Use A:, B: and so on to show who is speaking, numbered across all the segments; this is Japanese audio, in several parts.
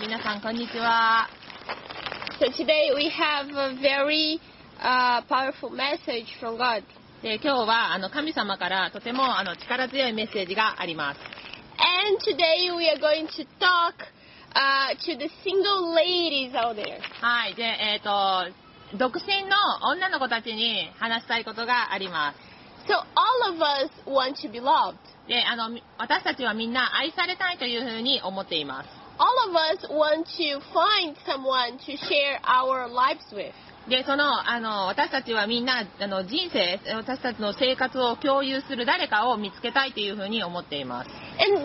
A: 皆さん、こんにちは。
B: So today we have a very uh, powerful message from God.
A: で今日はあの神様からとてもあの力強いメッセージがあります。
B: And today we are going to talk uh, to the single ladies out there.
A: はい。で、えっ、と、独身の女の子たちに話したいことがありま
B: So all of us want to be loved.
A: す。で、あの、み私たちはみんな愛されたいというふうに思っています。
B: All of us want to find someone to share our lives with.
A: で、その、あの、私たちはみんな、あの、人生、私たちの生活を共有する誰かを見つけたいというふうに思っています。
B: And there is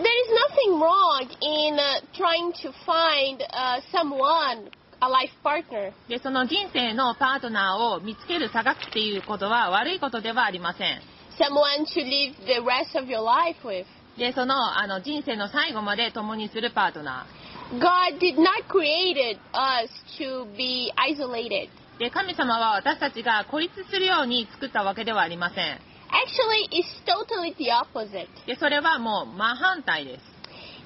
B: nothing wrong in uh, trying to find uh, someone, a life partner.
A: で、その人生のパートナーを見つける、探すっていうことは悪いことではありません。
B: someone to live the rest of your life with.
A: で、その、あの、人生の最後まで共にするパートナ
B: God did not create us to be isolated.
A: ー。で、神様は私たちが孤立するように作ったわけではありません。
B: Actually, it's totally the opposite.
A: で、それはもう真反対です。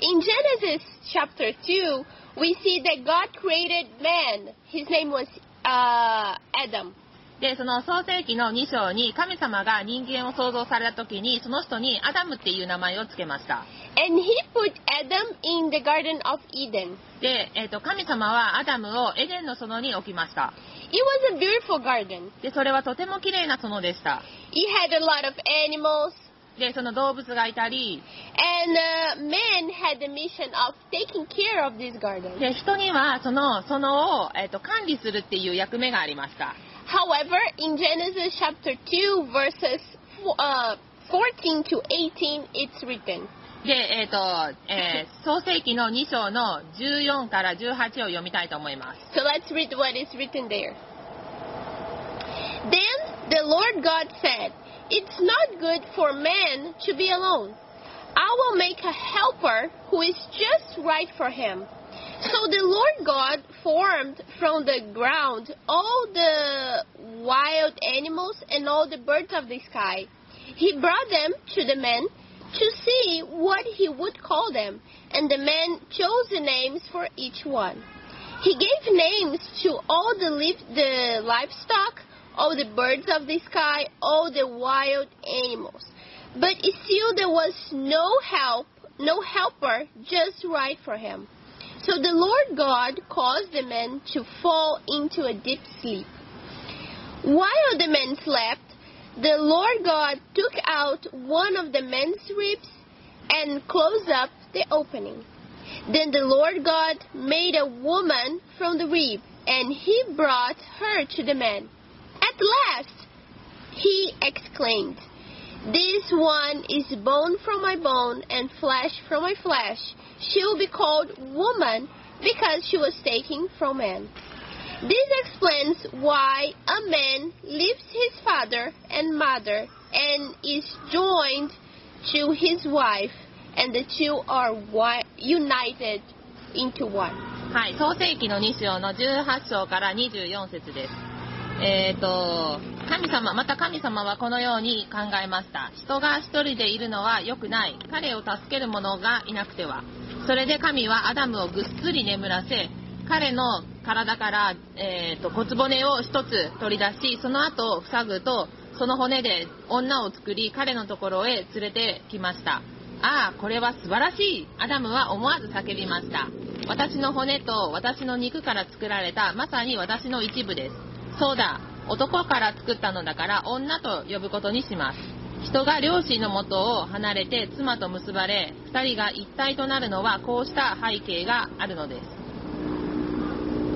B: In Genesis chapter 2, we see that God created man. His name was uh, Adam.
A: で、その創世記の2章に神様が人間を創造された時に、その人にアダムっていう名前を付けました。
B: And he put Adam in the Garden of Eden.
A: で、えっ、と、神様はアダムをエデンの園に置きました。
B: It was a beautiful garden.
A: で、それはとても綺麗な園でした。
B: It had a lot of animals.
A: で、その動物がいたり、
B: And uh, man had the mission of taking care of this garden.
A: で、人にはその園を、えっ、と、管理するっていう役目がありました。
B: However, in Genesis chapter 2, verses fo- uh, 14 to 18, it's written
A: で、えっ、と、えー創世記の2章の14から18を読みたいと思います。
B: So let's read what is written there. Then the Lord God said, It's not good for man to be alone. I will make a helper who is just right for him. So the Lord God formed from the ground all the wild animals and all the birds of the sky. He brought them to the man to see what he would call them, and the man chose the names for each one. He gave names to all the, liv- the livestock, all the birds of the sky, all the wild animals. But still there was no help, no helper just right for him. So the Lord God caused the man to fall into a deep sleep. While the man slept, the Lord God took out one of the man's ribs and closed up the opening. Then the Lord God made a woman from the rib, and he brought her to the man. At last, he exclaimed, This one is bone from my bone and flesh from my flesh. She will be called woman because she was taken from man. This explains why a man leaves his father and mother and is joined to his wife, and the two are wi- united into one.
A: はい、創世記の2章の18章から24節です。えっ、と、神様、また神様はこのように考えました。人が一人でいるのは良くない。彼を助ける者がいなくては。それで神はアダムをぐっすり眠らせ、彼の体から、えー、と骨骨を一つ取り出し、その後を塞ぐと、その骨で女を作り、彼のところへ連れてきました。ああ、これは素晴らしいアダムは思わず叫びました。私の骨と私の肉から作られたまさに私の一部です。そうだ、男から作ったのだから女と呼ぶことにします。人が両親の元を離れて妻と結ばれ、二人が一体となるのはこうした背景があるのです。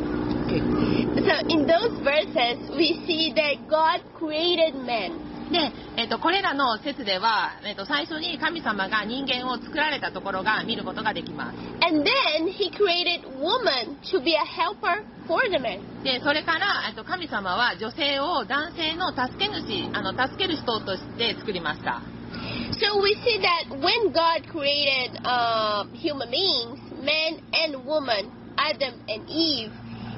B: So in those verses, we see that God created man.
A: で、えっとこれらの説では、えっと最初に神様が人間を作られたところが見ることができます。
B: And then he created woman to be a helper for the man.
A: でそれからえっと神様は女性を男性の助け主あの助ける人として作りました
B: So we see that when God created uh, human beings, man and woman, Adam and Eve,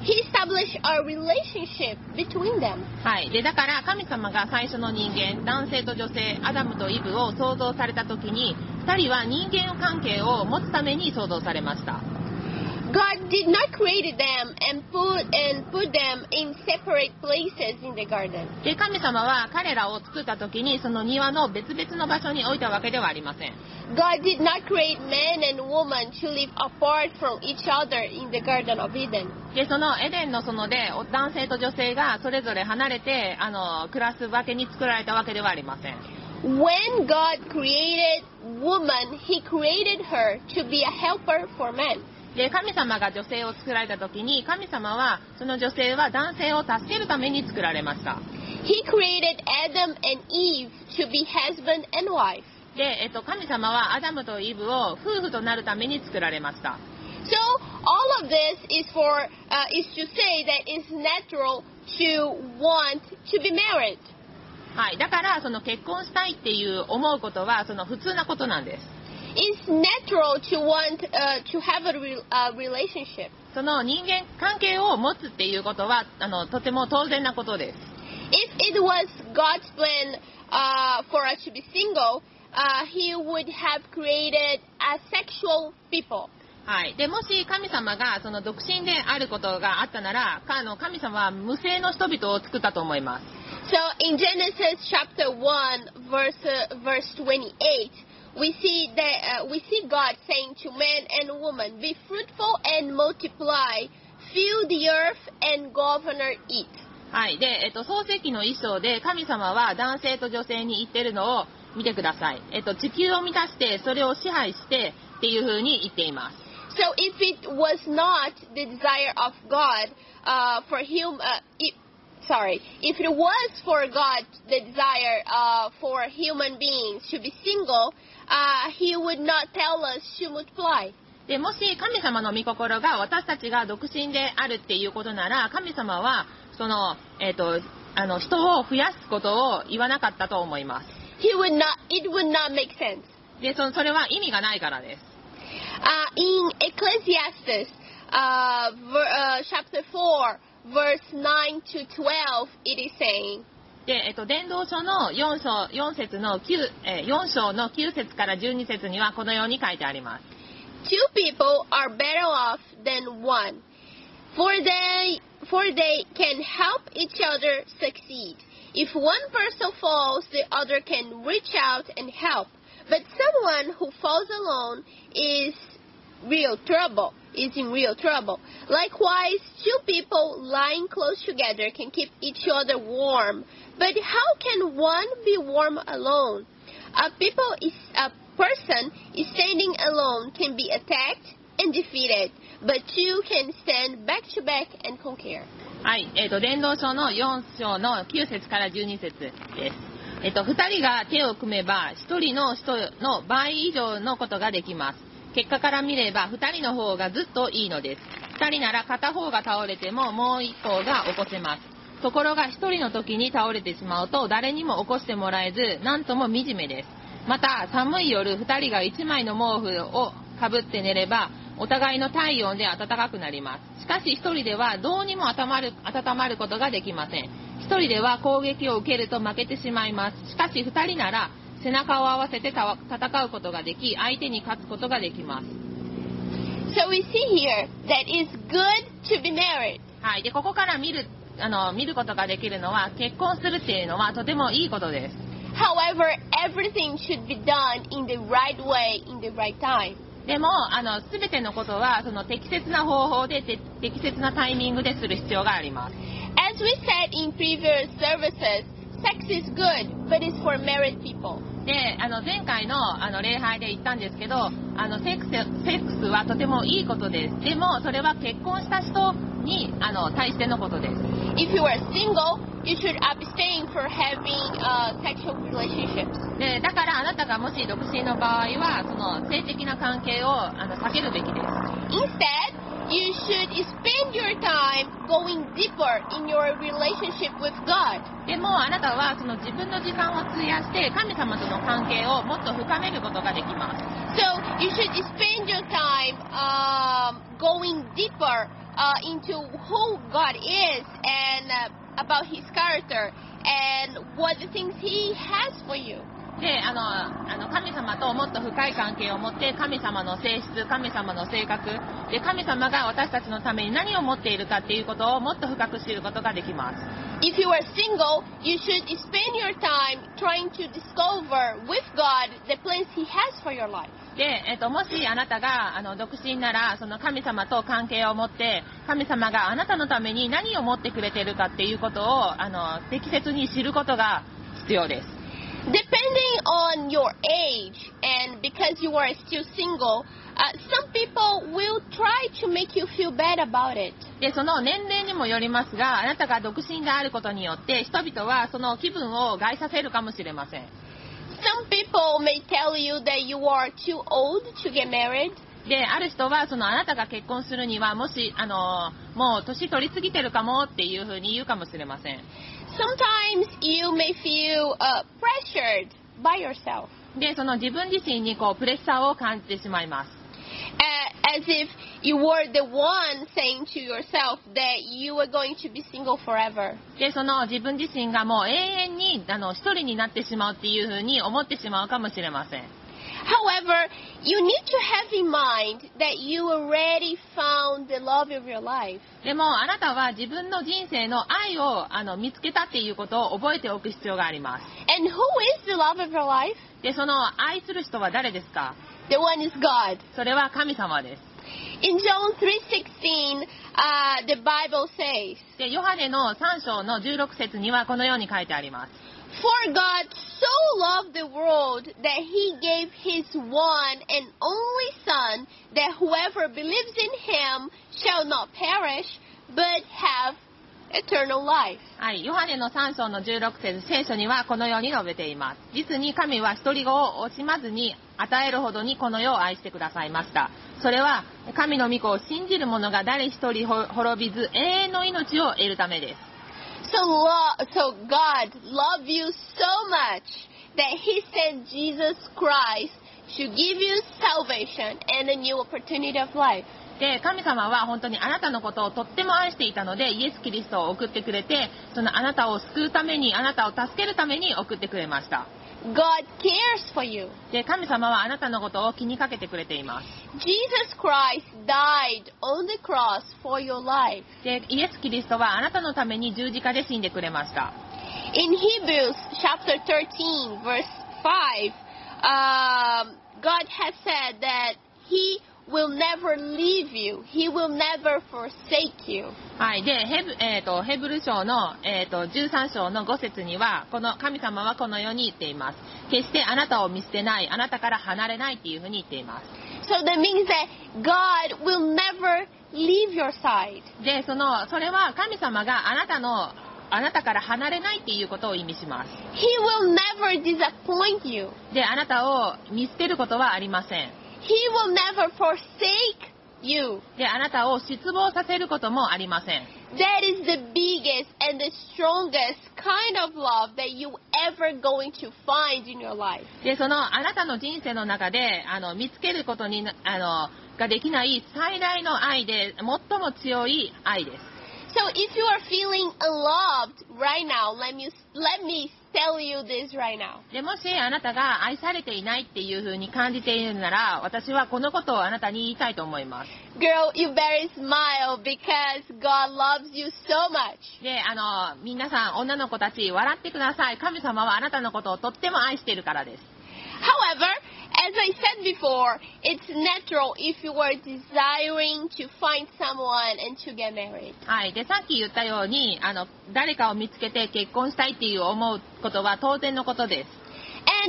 B: he established a relationship between them.
A: はいでだから神様が最初の人間男性と女性アダムとイブを創造された時に2人は人間関係を持つために創造されました
B: And God did not create them and put and put them in separate places in the garden.
A: で神様は彼らを作った時にその庭の別々の場所に置いたわけではありません
B: God did not create man and woman to live apart from each other in the garden of Eden.
A: でそのエデンの園でお男性と女性がそれぞれ離れてあの暮らすわけに作られたわけではありません
B: When God created woman, he created her to be a helper for man.
A: で神様が女性を作られた時に神様はその女性は男性を助けるために作られました
B: He created Adam and Eve to be husband and wife.
A: で、えっと、神様はアダムとイブを夫婦となるために作られました
B: So all of this is for uh, is to say that it's natural to want to be married.
A: はい、だからその結婚したいっていう思うことはその普通なことなんです
B: It's natural to want uh, to have a re- uh, relationship.
A: その人間関係を持つっていうことはあのとても当然なことです
B: If it was God's plan uh, for us to be single, uh, He would have created asexual people.
A: はい、でもし神様がその独身であることがあったならかあの神様は無性の人々を作ったと思います
B: So in Genesis chapter 1 verse uh, verse 28, we see that uh, we see God saying to man and woman, "Be fruitful and multiply, fill the earth and govern it."
A: はいでえっと、創世記の一章で神様は男性と女性に言ってるのを見てください、えっと、地球を満たしてそれを支配してっていうふうに言っています
B: So if it was not the desire of God uh, for hum, uh, i sorry, if it was for God the desire uh, for human beings to be single, uh, He would not tell us to multiply.
A: でもし神様の御心が私たちが独身であるっていうことなら神様はその、えっとあの人を増やすことを言わなかったと思います
B: He would not. It would not make sense.
A: でそそれは意味がないからです
B: Uh, in Ecclesiastes, uh, ver, uh, chapter four, verse nine to twelve, it is saying.
A: で、えっと、伝道書の4章、4節の9、えー4章の9節から12節にはこのように書いてあります。
B: Two people are better off than one, for they for they can help each other succeed. If one person falls, the other can reach out and help. But someone who falls alone is real trouble. Is in real trouble. Likewise, two people lying close together can keep each other warm. But how can one be warm alone? A people is a person is standing alone can be attacked and defeated, but two can stand back to back and conquer.
A: はい、えっと、伝道書の4章の9節から12節です。えっと、2人が手を組めば、1人の人の倍以上のことができます。結果から見れば、2人の方がずっといいのです。2人なら片方が倒れても、もう一方が起こせます。ところが、1人の時に倒れてしまうと、誰にも起こしてもらえず、なんとも惨めです。また、寒い夜、2人が1枚の毛布をかぶって寝れば、お互いの体温で暖かくなります。しかし一人ではどうにも温まる温まることができません。一人では攻撃を受けると負けてしまいます。しかし二人なら背中を合わせてたわ戦うことができ、相手に勝つことができます。
B: So we see here that it's good to be married.
A: はい。で、ここから見る、あの、見ることができるのは、結婚するっていうのはとてもいいことです。
B: However, everything should be done in the right way, in the right time.
A: でも、あの、すべてのことは、その適切な方法で、て適切なタイミングでする必要があります。
B: As we said in previous services, sex is good, but it's for married people.
A: であの前回のあの礼拝で言ったんですけどあのセックスセックスはとてもいいことですでもそれは結婚した人にあの対してのことです
B: If you are single, you should abstain from having uh, sexual relationships.
A: でだからあなたがもし独身の場合はその性的な関係をあの避けるべきです
B: Instead, you should spend your time going deeper in your relationship with God.
A: でもあなたはその自分の時間を費やして神様との関係をもっと深めることができます
B: So you should spend your time um, going deeper uh, into who God is and uh, about His character and what the things He has for you.
A: であのあの神様ともっと深い関係を持って神様の性質神様の性格で神様が私たちのために何を持っているかっていうことをもっと深く知ることができます
B: If you are single, you should spend your time trying to discover with God the plans He has for your life.
A: で、えっともしあなたがあの独身ならその神様と関係を持って神様があなたのために何を持ってくれてるかっていうことをあの適切に知ることが必要です
B: Depending on your age and because you are still single, uh, some people will try to make you feel bad about it.
A: でその年齢にもよりますがあなたが独身であることによって人々はその気分を害させるかもしれません
B: Some people may tell you that you are too old to get married.
A: である人はそのあなたが結婚するにはもしあのもう年取りすぎてるかもっていうふうに言うかもしれません
B: Sometimes you may feel uh, pressured by yourself,
A: でその自分自身にこうプレッシャーを感じてしまいます
B: uh, as if you were the one saying to yourself that you were going to be single forever.
A: でその自分自身がもう永遠にあの一人になってしまうっていうふうに思ってしまうかもしれません
B: However, you need to have in mind that you already found the love of your life.
A: でもあなたは自分の人生の愛をあの見つけたっていうことを覚えておく必要があります
B: And who is the love of your life?
A: でその愛する人は誰ですか
B: The one is God.
A: それは神様です
B: In John 3:16, uh, the Bible says,
A: でヨハネの3章の16節にはこのように書いてあります
B: For God so loved the world that he gave his one and only Son, that whoever believes in him shall not perish, but have eternal life.
A: はい、ヨハネの3章の16節聖書にはこのように述べています。実に神は一人子を惜しまずに与えるほどにこの世を愛してくださいました。それは神の御子を信じる者が誰一人ほ滅びず永遠の命を得るためです。
B: So, lo- so God loved you so much that he sent Jesus Christ to give you salvation and a new opportunity of life.
A: で、神様は本当にあなたのことをとっても愛していたのでイエス・キリストを送ってくれて、そのあなたを救うために、あなたを助けるために送ってくれました。
B: God cares for you.
A: で、神様はあなたのことを気にかけてくれています。
B: Jesus Christ died on the cross for your life.
A: で、イエス・キリストはあなたのために十字架で死んでくれました。
B: In Hebrews chapter 13, verse 5, um, God has said that He will never leave you, He will never forsake you.
A: はい、でヘブ,、えー、とヘブル書の、えー、と13章の5節にはこの神様はこのように言っています決してあなたを見捨てないあなたから離れないっていうふうに言っていま
B: So that means that God will never leave your side.
A: すでそのそれは神様があなたのあなたから離れないっていうことを意味しま
B: He will never disappoint you.
A: すであなたを見捨てることはありません
B: He will never forsake you.
A: であなたを失望させることもありません
B: That is the biggest and the strongest kind of love that you ever going to find in your life.
A: でそのあなたの人生の中であの見つけることになあのができない最大の愛で最も強い愛です
B: So if you are feeling unloved right now, let me let me tell you this right now.
A: でもしあなたが愛されていないっていう風に感じているなら私はこのことをあなたに言いたいと思います
B: Girl, you better smile because God loves you so much.
A: であの皆さん女の子たち笑ってください神様はあなたのことをとっても愛しているからです
B: However, as I said before, it's natural if you are desiring to find someone and to get married.
A: はいでさっき言ったようにあの誰かを見つけて結婚したいっていう思うことは当然のことで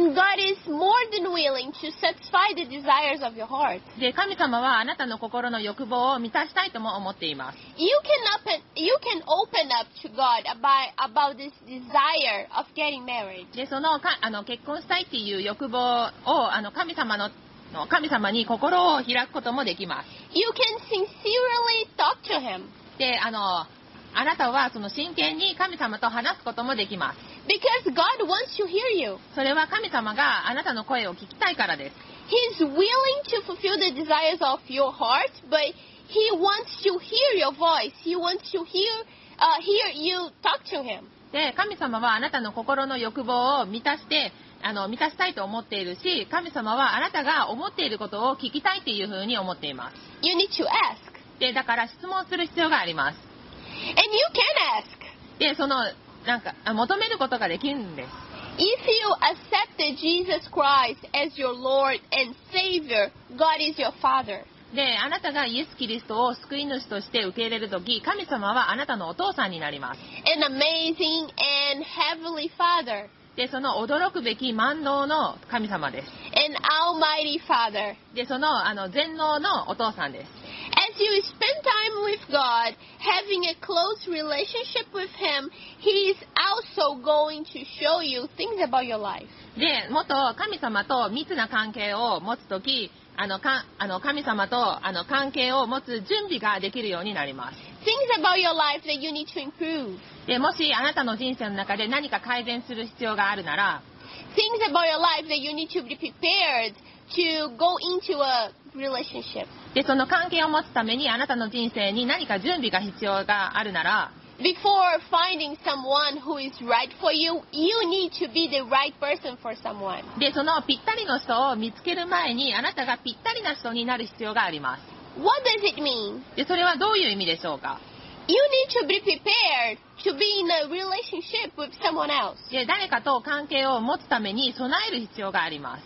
B: And God is more than willing to satisfy the desires of your heart.
A: すで神様はあなたの心の欲望を満たしたいとも思っています
B: You can open you can open up to God about about this desire of getting married.
A: でそのかあの結婚したいっていう欲望をあの神様のの神様に心を開くこともできます
B: You can sincerely talk to him
A: であのあなたはその真剣に神様と話すこともできます
B: because God wants to hear you.
A: それは神様があなたの声を聞きたいからです
B: He's willing to fulfill the desires of your heart, but he wants to hear your voice. He wants to hear uh, hear you talk to him.
A: で神様はあなたの心の欲望を満たしてあの満たしたいと思っているし神様はあなたが思っていることを聞きたいっていうふうに思っています
B: You need to ask.
A: でだから質問する必要があります
B: And you can ask.
A: でそのなんかあ求めることができるんです
B: If you accepted Jesus Christ as your Lord and Savior, God is your Father.
A: であなたがイエス・キリストを救い主として受け入れる時神様はあなたのお父さんになります
B: An amazing and heavenly Father.
A: でその驚くべき万能の神様です
B: An almighty Father.
A: でそのあの全能のお父さんです
B: As you spend time with God, having a close relationship with Him, He is also going to show you things about your life.
A: でもっと神様と密な関係を持つ時あのかあの神様とあの関係を持つ準備ができるようになります
B: Things about your life that you need to improve.
A: でもしあなたの人生の中で何か改善する必要があるなら
B: Things about your life that you need to be prepared to go into a relationship.
A: でその関係を持つためにあなたの人生に何か準備が必要があるなら
B: Before finding someone who is right for you, you need to be the right person for someone.
A: でそのぴったりの人を見つける前にあなたがぴったりな人になる必要がありま
B: What does it mean?
A: すでそれはどういう意味でしょうか
B: You need to be prepared to be in a relationship with someone else.
A: で誰かと関係を持つために備える必要があります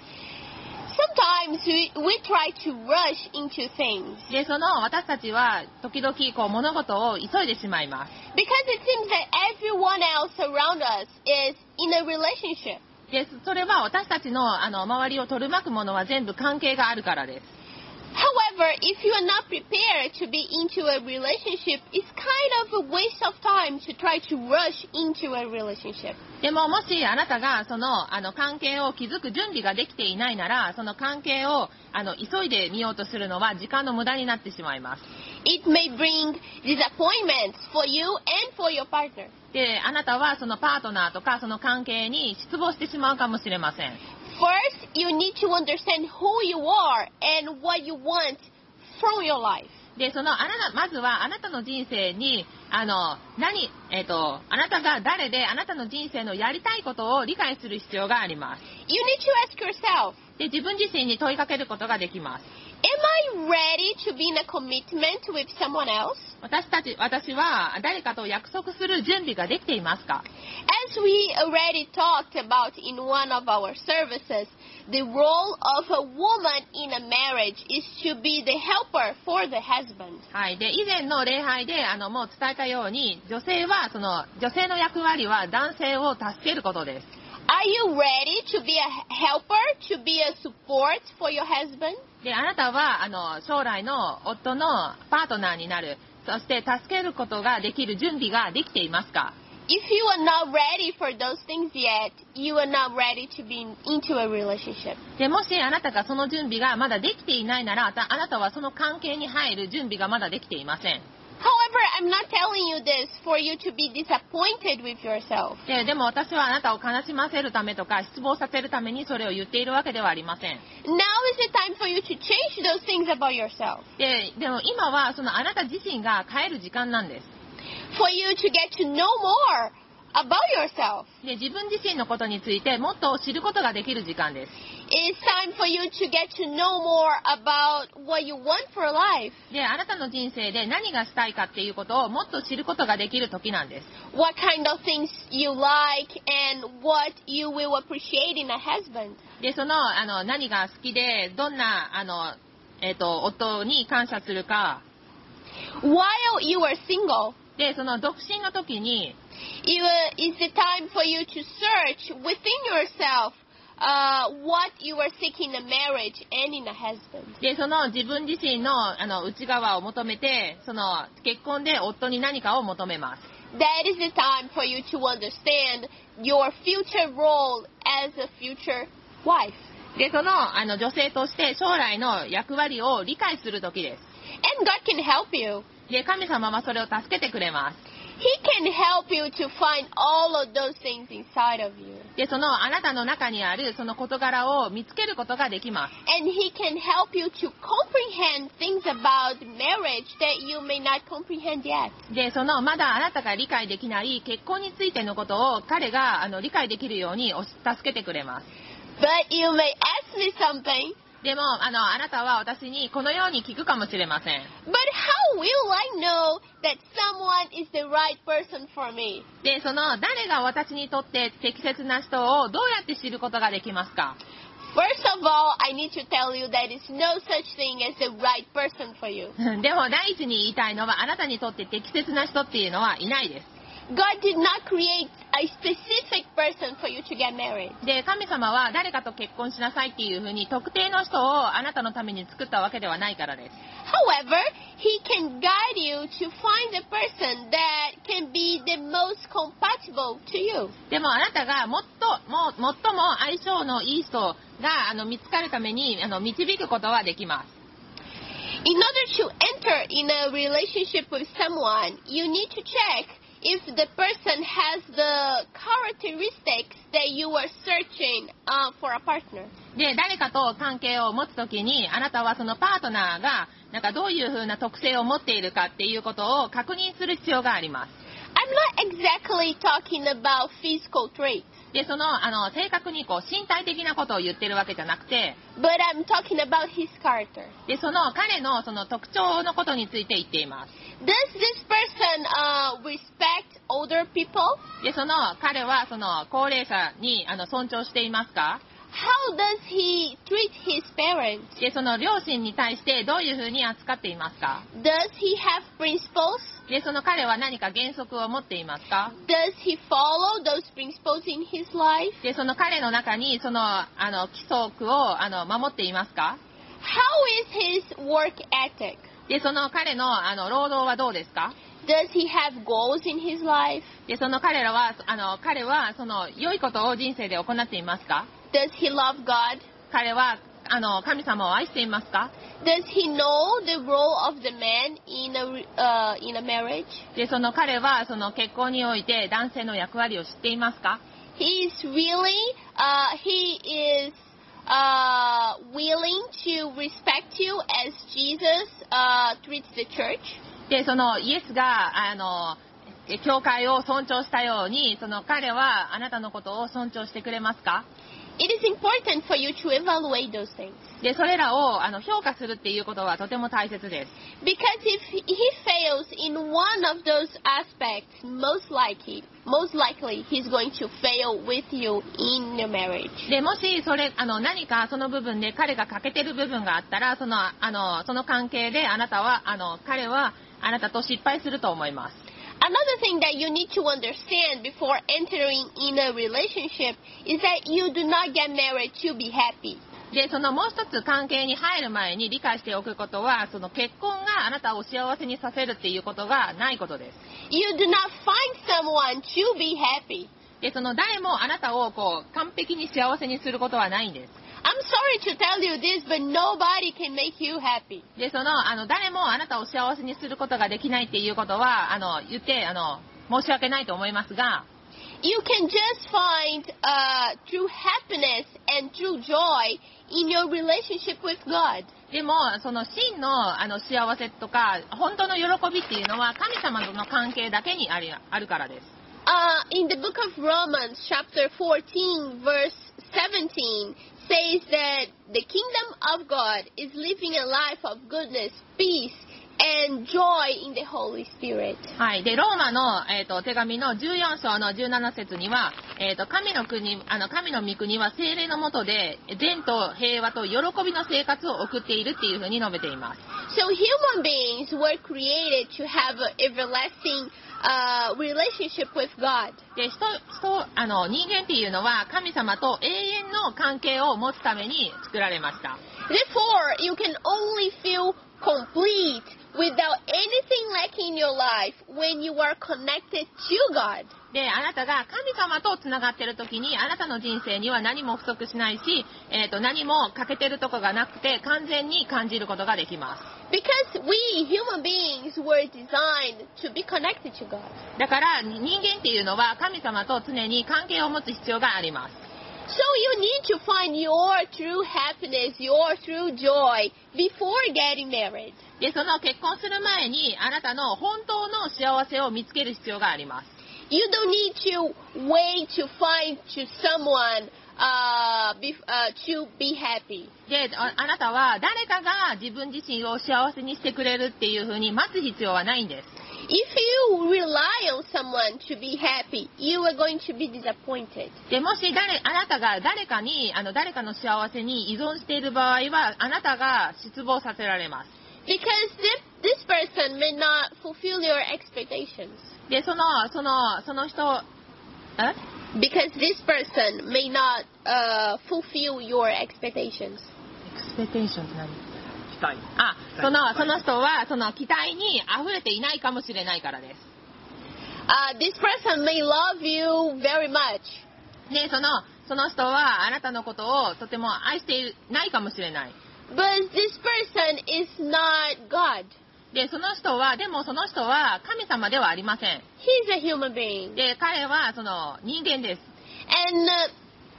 B: Sometimes we, we try to rush into things
A: でその私たちは時々こう物事を急いでしまいます
B: because it seems that everyone else around us is in a relationship.
A: でそれは私たちのあの周りを取り巻くものは全部関係があるからです
B: However, if you are not prepared to be into a relationship, it's kind of a waste of time to try to rush into a relationship.
A: でももしあなたがそのあの関係を築く準備ができていないならその関係をあの急いでみようとするのは時間の無駄になってしまいます
B: It may bring disappointments for you and for your partner.
A: であなたはそのパートナーとかその関係に失望してしまうかもしれません
B: First, you need to understand who you are and what you want from your life.
A: でそのあなたまずはあなたの人生にあの何、えっとあなたが誰であなたの人生のやりたいことを理解する必要があります
B: You need to ask yourself,
A: で自分自身に問いかけることができます
B: am I ready to be in a commitment with someone else?
A: 私たち私は誰かと約束する準備ができていますか
B: As we already talked about in one of our services, the role of a woman in a marriage is to be the helper for the husband.
A: はい、で以前の礼拝であのもう伝えたように女性はその女性の役割は男性を助けることです
B: Are you ready to be a helper, to be a support for your husband?
A: であなたはあの将来の夫のパートナーになるそして助けることができる準備ができていますか
B: If you are not ready for those things yet, you are not ready to be in- into a relationship.
A: でもしあなたがその準備がまだできていないならあたあなたはその関係に入る準備がまだできていません
B: However, I'm not telling you this for you to be disappointed with yourself.
A: ででも私はあなたを悲しませるためとか失望させるためにそれを言っているわけではありません
B: Now is the time for you to change those things about yourself,
A: ででも今はそのあなた自身が変える時間なんです
B: for you to get to know more about yourself.
A: で自分自身のことについてもっと知ることができる時間です
B: It's time for you to get to know more about what you want for life,
A: であなたの人生で何がしたいかっていうことをもっと知ることができる時なんです
B: what kind of things you like, and what you will appreciate in a husband.
A: でそのあの何が好きでどんなあの、えっと夫に感謝するか
B: While you are single,
A: でその独身の時に
B: you, uh, it's the time for you to search within yourself uh, what you are seeking in a marriage and in a husband.
A: でその自分自身のあの内側を求めてその結婚で夫に何かを求めます
B: That is the time for you to understand your future role as a future wife.
A: でそのあの女性として将来の役割を理解する時です
B: And God can help you.
A: で神様はそれを助けてくれます
B: He He can help you to find all of those things inside of you.
A: で、そのあなたの中にあるその事柄を見つけることができます。
B: And He can help you to comprehend things about marriage that you may not comprehend yet.
A: で、そのまだあなたが理解できない結婚についてのことを彼があの理解できるようにおし助けてくれます。
B: But you may ask me something.
A: でも、あの、あなたは私にこのように聞くかもしれません。
B: But how will I know that someone is the right person for me?
A: で、その誰が私にとって適切な人をどうやって知ることができますか
B: First of all, I need to tell you that it's no such thing as the right person for you.
A: でも第一に言いたいのはあなたにとって適切な人っていうのはいないで
B: God did not create a specific person for you to get married.
A: す。で、神様は誰かと結婚しなさいっていうふうに特定の人をあなたのために作ったわけではないからです。
B: However, He can guide you to find the person that can be the most compatible to you.
A: でもあなたがもっと、もう最も相性のいい人があの見つかるためにあの導くことはできます。
B: In order to enter in a relationship with someone, you need to check if the person has the characteristics that you are searching uh, for a partner.
A: で、誰かと関係を持つときに、あなたはそのパートナーが、なんかどういう風な特性を持っているかっていうことを確認する必要があります。
B: I'm not exactly talking about physical traits,
A: で、その、あの、正確にこう、身体的なことを言ってるわけじゃなくて、
B: but I'm talking about his character.
A: で、その彼のその特徴のことについて言っています。
B: Does this person uh, respect older people?
A: で、その彼はその高齢者にあの尊重していますか
B: How does he treat his parents?
A: で、その両親に対してどういう風に扱っていますか
B: Does he have principles?
A: で、その彼は何か原則を持っていますか
B: Does he follow those principles in his life?
A: で、その彼の中にその、あの、規則をあの、守っていますか
B: How is his work ethic?
A: で、その彼のあの労働はどうですか
B: Does he have goals in his life?
A: で、その彼らは、あの、彼は、その、良いことを人生で行っていますか
B: Does he love God?
A: 彼は、あの、神様を愛していますか
B: Does he know the role of the man in a re- uh, in a marriage?
A: で、その彼は、その結婚において男性の役割を知っていますか
B: He is really uh, he is uh, willing to respect you as Jesus uh, treats the church.
A: で、そのイエスが、あの、え教会を尊重したように、その彼はあなたのことを尊重してくれますか
B: It is important for you to evaluate those things
A: で、それらを、あの、評価するっていうことはとても大切です。
B: because if he fails in one of those aspects, most likely, most likely he's going to fail with you in your marriage.
A: でもしそれあの何かその部分で彼が欠けてる部分があったらそのあのその関係であなたはあの彼はあなたと失敗すると思います
B: Another thing that you need to understand before entering in a relationship is that you do not get married to be happy.
A: でそのもう一つ関係に入る前に理解しておくことはその結婚があなたを幸せにさせるっていうことがないことです
B: You do not find someone to be happy.
A: でその誰もあなたをこう完璧に幸せにすることはないんです
B: I'm sorry to tell you this, but nobody can make you happy.
A: でそのあの誰もあなたを幸せにすることができないっていうことはあの言ってあの申し訳ないと思いますが
B: You can just find uh, true happiness and true joy in your relationship with God.
A: でも、その真のあの幸せとか、本当の喜びっていうのは、神様との関係だけにありあるからです。
B: Uh, in the book of Romans, chapter 14, verse 17, says that the kingdom of God is living a life of goodness, peace, and joy in the Holy Spirit.
A: はい。で、ローマの、えー、と手紙の14章の17節には、えー、と神の国、あの神の御国は精霊のもとで、善と平和と喜びの生活を送っているっていうふうに述べています。
B: So human beings were created to have an everlasting uh, relationship with God.
A: で、人、人、あの、人間っていうのは、神様と永遠の関係を持つために作られました。
B: Therefore, you can only feel complete, without anything lacking in your life when you are connected to God.
A: で、あなたが神様とつながっている時に、あなたの人生には何も不足しないし、えー、と何も欠けてるとこがなくて、完全に感じることができま
B: Because we human beings were designed to be connected to God.
A: す。だから、人間っていうのは神様と常に関係を持つ必要があります。
B: So you need to find your true happiness, your true joy before getting married.
A: で、その結婚する前に、あなたの本当の幸せを見つける必要があります。
B: You don't need to wait to find to someone uh, be, uh, to be happy.
A: で、ああなたは誰かが自分自身を幸せにしてくれるっていうふうに待つ必要はないんです。
B: If you rely on someone to be happy, you are going to be disappointed.
A: でもし誰あなたが誰かにあの誰かの幸せに依存している場合はあなたが失望させられます
B: Because this, this person may not fulfill your expectations.
A: でそのそのその人え
B: Because this person may not uh, fulfill your expectations.
A: エクスペクテーションって何あそのその人はその期待に溢れていないかもしれないからです
B: Uh, this person may love you very much,
A: でそのその人はあなたのことをとても愛していないかもしれない
B: but this person is not God.
A: でその人はでもその人は神様ではありません
B: He's a human being.
A: で彼はその人間です
B: And uh,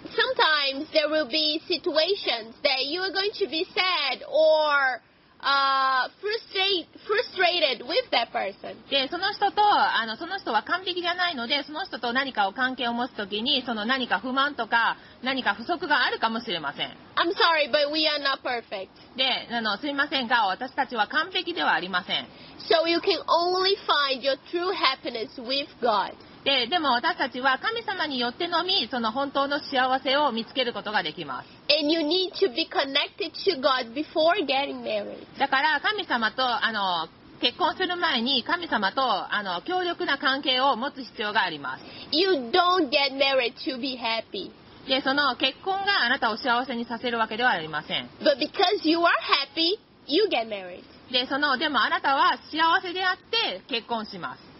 B: sometimes there will be situations that you are going to be sad or uh, frustrate, frustrated with that person.
A: で、その人と、あの、その人は完璧じゃないので、その人と何かを関係を持つときに、その何か不満とか、何か不足があるかもしれません。
B: I'm sorry, but we are not perfect.
A: で、あの、すいませんが、私たちは完璧ではありません。
B: So you can only find your true happiness with God.
A: で、でも私たちは神様によってのみ、その本当の幸せを見つけることができま
B: And you need to be connected to God before getting married.
A: す。だから、神様と、あの、結婚する前に神様と、あの、強力な関係を持つ必要があります。
B: You don't get married to be happy.
A: で、その結婚があなたを幸せにさせるわけではありません。
B: But because you are happy, you get married.
A: で、その、でもあなたは幸せであって結婚します。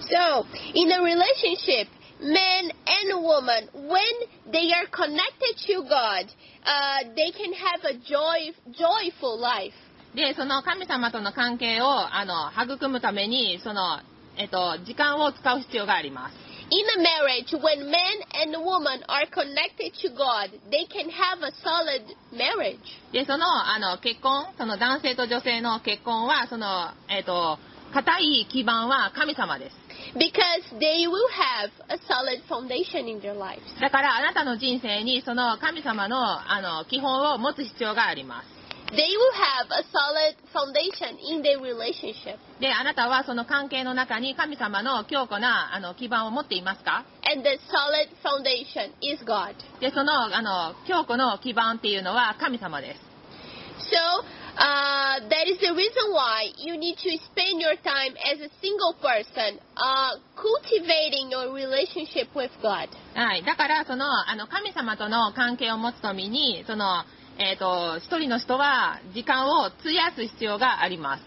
B: So, in a relationship, man and woman, when they are connected to God, uh, they can have a joy, joyful life.
A: で、その神様との関係を、あの、育むために、その、えっと、時間を使う必要があります。
B: In a marriage, when man and woman are connected to God, they can have a solid marriage.
A: で、その、あの、結婚、その男性と女性の結婚は、その、えっと、固い基盤は神様です。
B: Because they will have a solid foundation in their lives.
A: だから、あなたの人生に、その神様の、あの、基本を持つ必要があります。
B: They will have a solid foundation in their relationship.
A: で、あなたはその関係の中に神様の強固な、あの、基盤を持っていますか
B: And the solid foundation is God.
A: で、その、あの、強固の基盤っていうのは神様です。
B: So, uh, that is the reason why you need to spend your time as a single person uh, cultivating your relationship with God.
A: はい。だから、その、あの、神様との関係を持つために、その、えっ、と、一人の人は時間を費やす必要があります。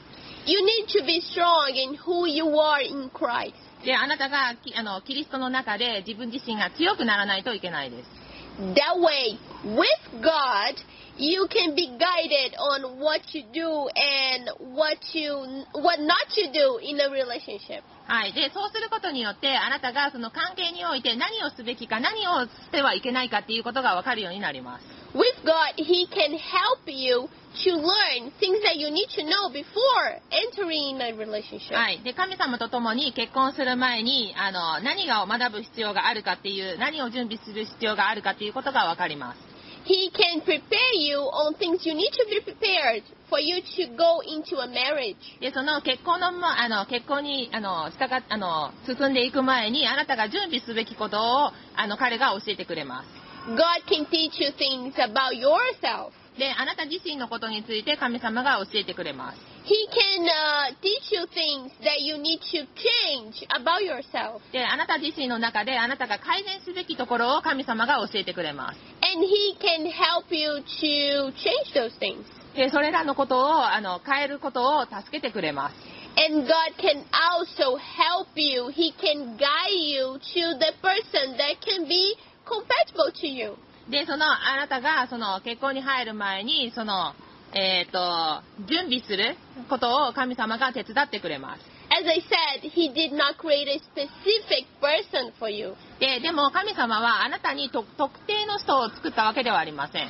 B: You need to be strong in who you are in Christ.
A: で、あなたが、きあの、キリストの中で自分自身が強くならないといけないです。
B: That way, with God, you can be guided on what you do and what you what not to do in a relationship.
A: はい。で、そうすることによって、あなたがその関係において何をすべきか、何をしてはいけないかっていうことがわかるようになります。
B: With God, He can help you to learn things that you need to know before entering a relationship.
A: はい。で、神様と共に結婚する前に、あの、何を学ぶ必要があるかっていう、何を準備する必要があるかっていうことがわかります。
B: He can prepare you on things you need to be prepared for you to go into a marriage.
A: で、その結婚の、ま、あの、結婚に、あの、従っあの、進んでいく前に、あなたが準備すべきことを、あの、彼が教えてくれます。
B: God can teach you things about yourself.
A: で、あなた自身のことについて神様が教えてくれます。
B: He can uh, teach you things that you need to change about yourself.
A: で、あなた自身の中で、あなたが改善すべきところを神様が教えてくれます。
B: And and He can help you to change those things.
A: でそれらのことをあの変えることを助けてくれます
B: And God can also help you. He can guide you to the person that can be compatible to you.
A: でそのあなたがその結婚に入る前にそのえっ、と準備することを神様が手伝ってくれます
B: As I said, He did not create a specific person for you,
A: ででも神様はあなたにと特定の人を作ったわけではありません
B: but He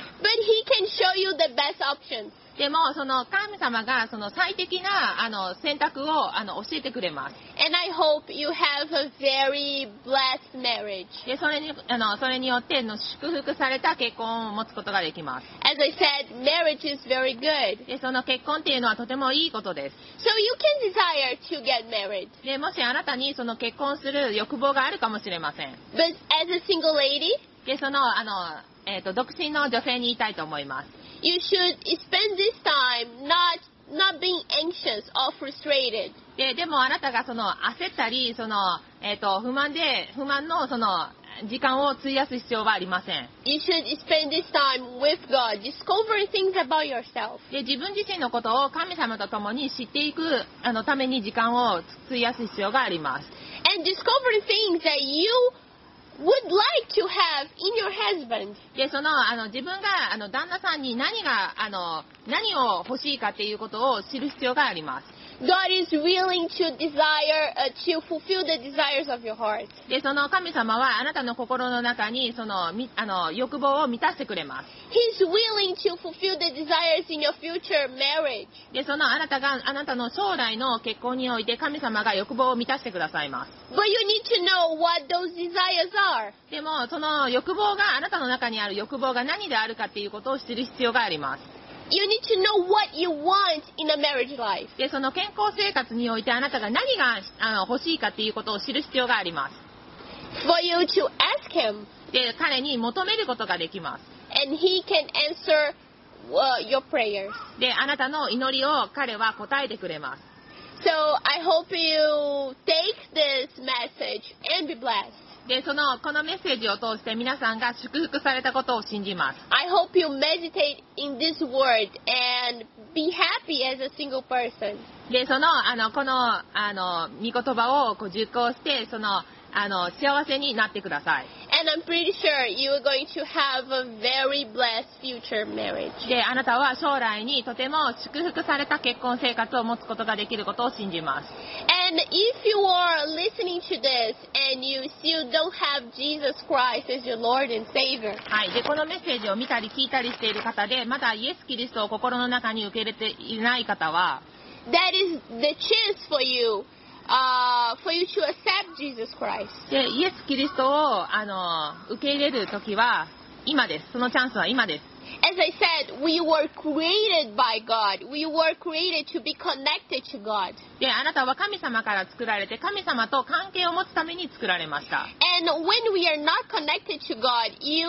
B: can show you the best options.
A: でもその神様がその最適なあの選択をあの教えてくれます
B: And I hope you have a very blessed marriage.
A: でそれにあのそれによっての祝福された結婚を持つことができます
B: As I said, marriage is very good.
A: でその結婚っていうのはとてもいいことです
B: So you can desire to get married.
A: でもしあなたにその結婚する欲望があるかもしれません
B: But as a single lady,
A: でそのあの、えー、と独身の女性に言いたいと思います
B: you should spend this time not not being anxious or frustrated.
A: ででもあなたがその焦ったりその、えー、と不満で不満のその時間を費やす必要はありません
B: You should spend this time with God, discovering things about yourself.
A: で自分自身のことを神様と共に知っていくあのために時間を費やす必要があります
B: and discovering things that you would like to have in your husband.
A: でそのあの自分があの旦那さんに何があの何を欲しいかっていうことを知る必要があります
B: God is willing to desire uh, to fulfill the desires of your heart.
A: でその神様はあなたの心の中にそのみあの欲望を満たしてくれます
B: He's willing to fulfill the desires in your future marriage.
A: でそのあなたがあなたの将来の結婚において神様が欲望を満たしてくださいま
B: But you need to know what those desires are.
A: すでもその欲望があなたの中にある欲望が何であるかっていうことを知る必要があります
B: You need to know what you want in a marriage life.
A: でその健康生活においてあなたが何があの欲しいかっていうことを知る必要がありま
B: For you to ask Him,
A: すで彼に求めることができます
B: and He can answer uh, your prayers.
A: であなたの祈りを彼は答えてくれます
B: So I hope you take this message and be blessed.
A: でそのこのメッセージを通して皆さんが祝福されたことを信じます
B: I hope you meditate in this word and be happy as a single person.
A: でそのあのこのあの御言葉をこう受講してそのあの幸せになってください
B: And I'm pretty sure you are going to have a very blessed future marriage.
A: であなたは将来にとても祝福された結婚生活を持つことができることを信じます
B: And if you are listening to this and you still don't have Jesus Christ as your Lord and Savior,
A: はい、でこのメッセージを見たり聞いたりしている方でまだイエス・キリストを心の中に受け入れていない方は
B: that is the chance for you, uh, for you to accept Jesus Christ.
A: でイエス・キリストをあの受け入れる時は今ですそのチャンスは今です
B: As I said, we were created by God. We were created to be connected to God.
A: であなたは神様から作られて神様と関係を持つために作られました
B: And when we are not connected to God, you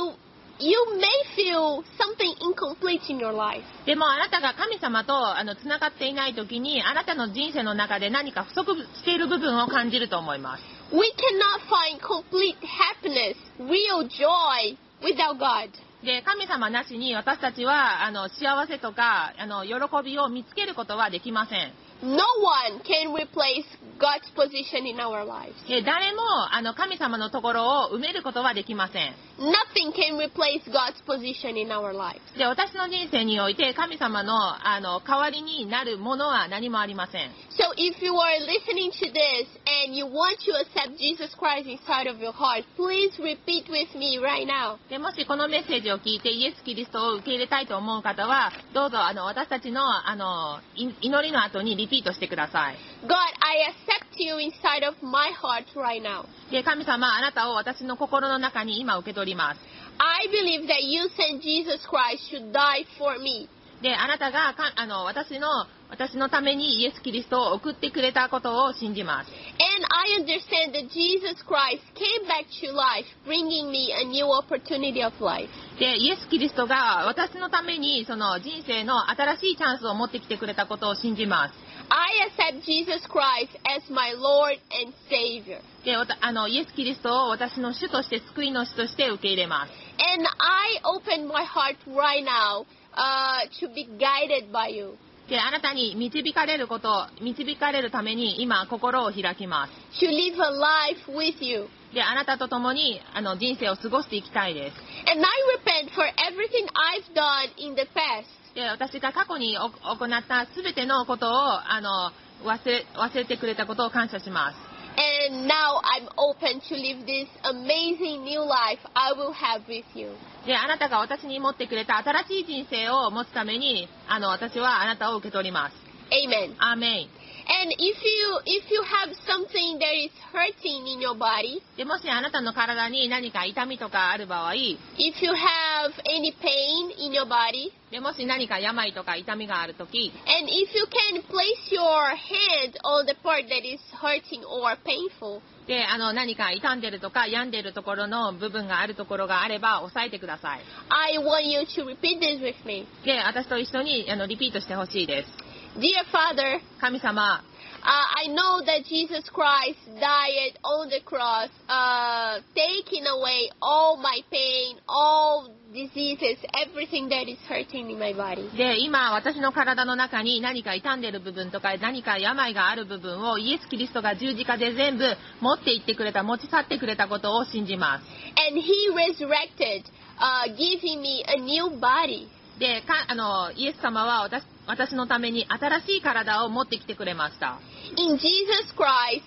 B: you may feel something incomplete in your life.
A: でもあなたが神様とあのつながっていない時にあなたの人生の中で何か不足している部分を感じると思います
B: We cannot find complete happiness, real joy without God.
A: で神様なしに私たちはあの幸せとかあの喜びを見つけることはできません
B: No one can replace God's position in our lives.
A: で誰もあの神様のところを埋めることはできません
B: Nothing can replace God's position in our lives.
A: で私の人生において神様のあの代わりになるものは何もありません
B: So if you are listening to this and you want to accept Jesus Christ inside of your heart, please repeat with me right now.
A: でもしこのメッセージを聞いてイエス・キリストを受け入れたいと思う方はどうぞあの私たちのあのい祈りの後にリピートしてください
B: God, I accept you inside of my heart right now.
A: で神様あなたを私の心の中に今受け取ります
B: I believe that you sent Jesus Christ to die for me.
A: であなたがかあの私の私のためにイエス・キリストを送ってくれたことを信じます
B: And I understand that Jesus Christ came back to life, bringing me a new opportunity of life.
A: でイエス・キリストが私のためにその人生の新しいチャンスを持ってきてくれたことを信じます
B: I accept Jesus Christ as my Lord and Savior.
A: でわたあのイエス・キリストを私の主として救いの主として受け入れます
B: And I open my heart right now uh, to be guided by you.
A: で、あなたに導かれること、導かれるために今心を開きます。
B: to live a life with you.
A: で、あなたと共にあの人生を過ごしていきたいです。
B: And I repent for everything I've done in the past.
A: で、私が過去にお行ったすべてのことをあの忘れ忘れてくれたことを感謝します。
B: And now I'm open to live this amazing new life I will have with you.
A: で、あなたが私に持ってくれた新しい人生を持つために、あの私はあなたを受け取ります。
B: Amen.
A: アーメン。
B: And if you if you have something that is hurting in your body,
A: で、もしあなたの体に何か痛みとかある場合、
B: if you have any pain in your body,
A: で、もし何か病とか痛みがあるとき、
B: and if you can place your hand on the part that is hurting or painful,
A: で、あの、何か傷んでるとか病んでるところの部分があるところがあれば押さえてください。
B: I want you to repeat this with me.
A: で、私と一緒にあのリピートしてほしいです。
B: Dear Father,
A: 神様、
B: Uh, I know that Jesus Christ died on the cross, uh, taking away all my pain, all diseases, everything that is hurting in my body.
A: で、今私の体の中に何か傷んでる部分とか何か病がある部分をイエス・キリストが十字架で全部持って行ってくれた、持ち去ってくれたことを信じま
B: And He resurrected, uh, giving me a new body.
A: す。で、かあの、イエス様は私私のために新しい体を持ってきてくれました。
B: In Jesus Christ,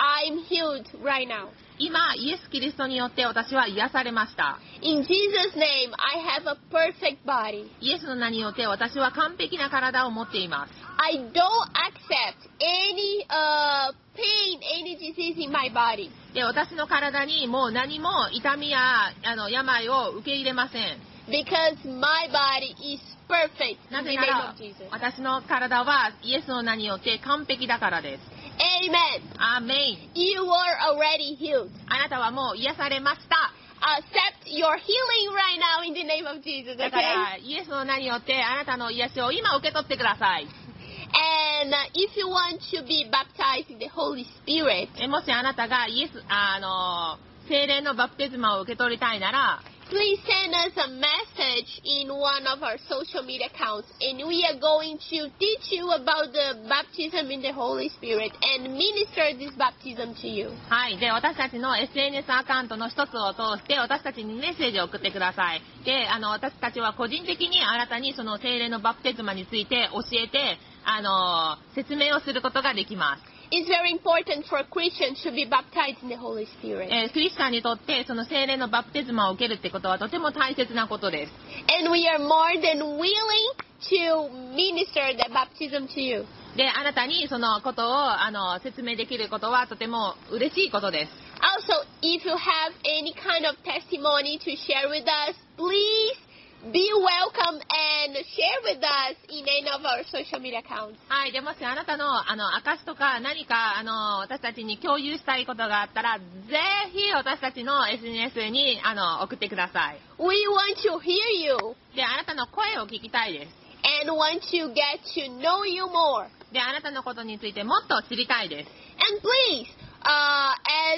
B: I'm healed right now.
A: 今、イエス・キリストによって私は癒されました。
B: In Jesus' name, I have a perfect body.
A: イエスの名によって私は完璧な体を持っています。
B: I don't accept any uh, pain, any disease in my body.
A: で、私の体にもう何も痛みやあの病を受け入れません。
B: Because my body is perfect
A: な
B: in the
A: ぜな
B: name
A: ら
B: of Jesus.
A: 私の体はイエスの名によって完璧だからです。
B: Amen.
A: アーメイン。
B: You are already healed.
A: あなたはもう癒されました。
B: Accept your healing right now in the name of Jesus,
A: だか
B: okay?
A: らイエスの名によってあなたの癒しを今受け取ってください。
B: And uh, if you want to be baptized in the Holy Spirit,
A: えもしあなたがイエス、あの、精霊のバプテスマを受け取りたいなら、
B: please send us a message in one of our social media accounts. And we are going to teach you about the baptism in the Holy Spirit and minister this baptism to you.
A: はい。で、私たちの SNS アカウントの一つを通して、私たちにメッセージを送ってください。で、あの、私たちは個人的に新たにその精霊のバプテスマについて教えて、あの、説明をすることができます。
B: It's very important for Christians to be baptized in the Holy Spirit.
A: えークリスチャンにとって、その精霊のバプテスマを受けるってことはとても大切なことです。
B: And we are more than willing to minister the baptism to you.
A: で、あなたにそのことを、あの、説明できることはとても嬉しいことです。
B: Also, if you have any kind of testimony to share with us, please be welcome and share with us in any of our social media accounts.
A: はい。で、もしあなたの、あの、証とか何か、あの、私たちに共有したいことがあったら、ぜひ私たちの SNS に、あの、送ってください。
B: We want to hear you
A: で、あなたの声を聞きたいです。
B: and want to get to know you more.
A: で、あなたのことについてもっと知りたいです。
B: And please, uh,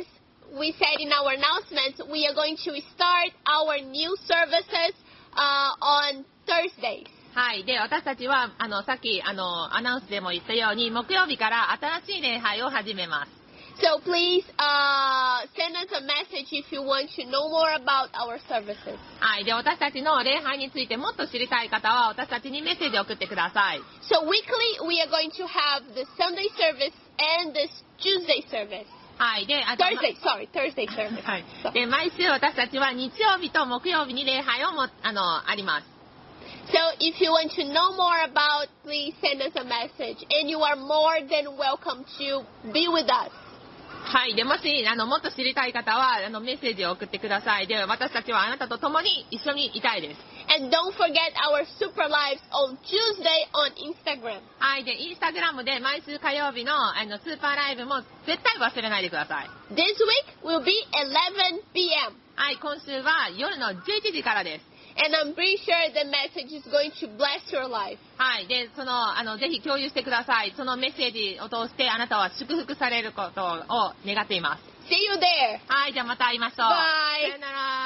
B: as we said in our announcements, we are going to start our new services uh, on Thursdays.
A: はい。で、私たちは、あの、さっき、あの、アナウンスでも言ったように、木曜日から新しい礼拝を始めます。
B: So please uh, send us a message if you want to know more about our services.
A: はい。で、私たちの礼拝についてもっと知りたい方は、私たちにメッセージを送ってください。
B: So weekly, we are going to have the Sunday service and the Tuesday service.
A: はい。で、あと
B: Thursday, sorry, Thursday service.
A: はい
B: So,、
A: で毎週私たちは日曜日と木曜日に礼拝をもあのあります
B: so if you want to know more about, please send us a message. And you are more than welcome to be with us.
A: はいでもしあのもっと知りたい方はあのメッセージを送ってくださいで私たちはあなたと共に一緒にいたいです
B: And don't forget our super lives on Tuesday on Instagram.
A: はいでインスタグラムで毎週火曜日のあのスーパーライブも絶対忘れないでください
B: This week will be 11 p.m.
A: はい今週は夜の11時からです
B: And I'm pretty sure the message is going to bless your life.
A: はいでそのあのぜひ共有してくださいそのメッセージを通してあなたは祝福されることを願っています
B: See you there.
A: はいじゃあまた会いましょう
B: バイ
A: さよなら